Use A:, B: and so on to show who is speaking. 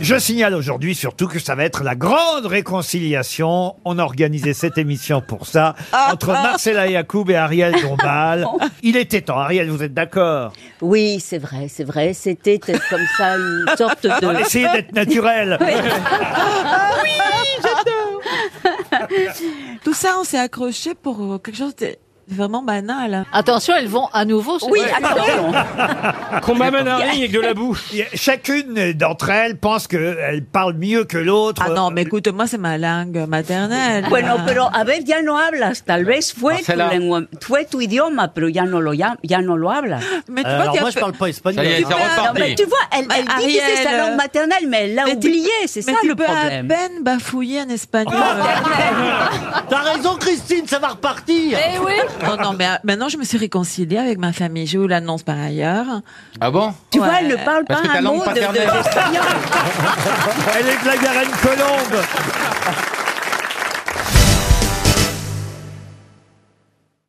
A: Je signale aujourd'hui surtout que ça va être la grande réconciliation. On a organisé cette émission pour ça,
B: Ah,
A: entre Marcella Yacoub et Ariel Dombal. Il était temps, Ariel, vous êtes d'accord
B: Ah,
C: Oui, c'est vrai, c'est vrai. C'était peut-être comme ça une sorte
B: Ah,
A: On va essayer
C: de.
A: d'être naturel.
B: Tout ça, on s'est accroché pour euh, quelque chose de vraiment banal.
D: Attention, elles vont à nouveau. se-
C: Oui, attention.
E: Qu'on m'amène un ring avec de la boue.
A: Chacune d'entre elles pense qu'elle parle mieux que l'autre.
B: Ah non, mais écoute, moi, c'est ma langue maternelle.
C: Bueno, pero a ver, ya no hablas. Tal vez fue tu
F: Marcela.
C: lengua- fue tu idioma, pero ya no lo ya, ya no lo hablas.
B: Mais tu
G: Euh,
B: vois
G: alors
B: qu'il y a
G: moi, je
B: peu-
G: parle pas espagnol.
F: Ça y est,
G: Tu
F: c'est
B: peux-
F: reparti.
B: non,
C: Non, mais tu vois, elle,
B: Mais
C: elle dit que c'est sa
B: Ah, Ariel, euh,
C: langue maternelle, mais elle l'a
B: mais tu-
C: oublié, c'est ça
B: mais tu
C: le
B: peux
C: problème.
B: à peine bafouiller en espagnol.
G: T'as Oh, raison, Christine, ça va repartir.
D: Eh oui.
B: non, non, mais euh, maintenant, je me suis réconciliée avec ma famille. Je vous l'annonce par ailleurs.
F: Ah bon
C: Tu vois, elle
B: Ouais.
C: ne parle
F: Parce
C: pas
F: que ta
C: un
F: langue
C: mot de- de-
F: paternelle.
C: d'espagnol.
A: Elle est de la Garenne Colombe.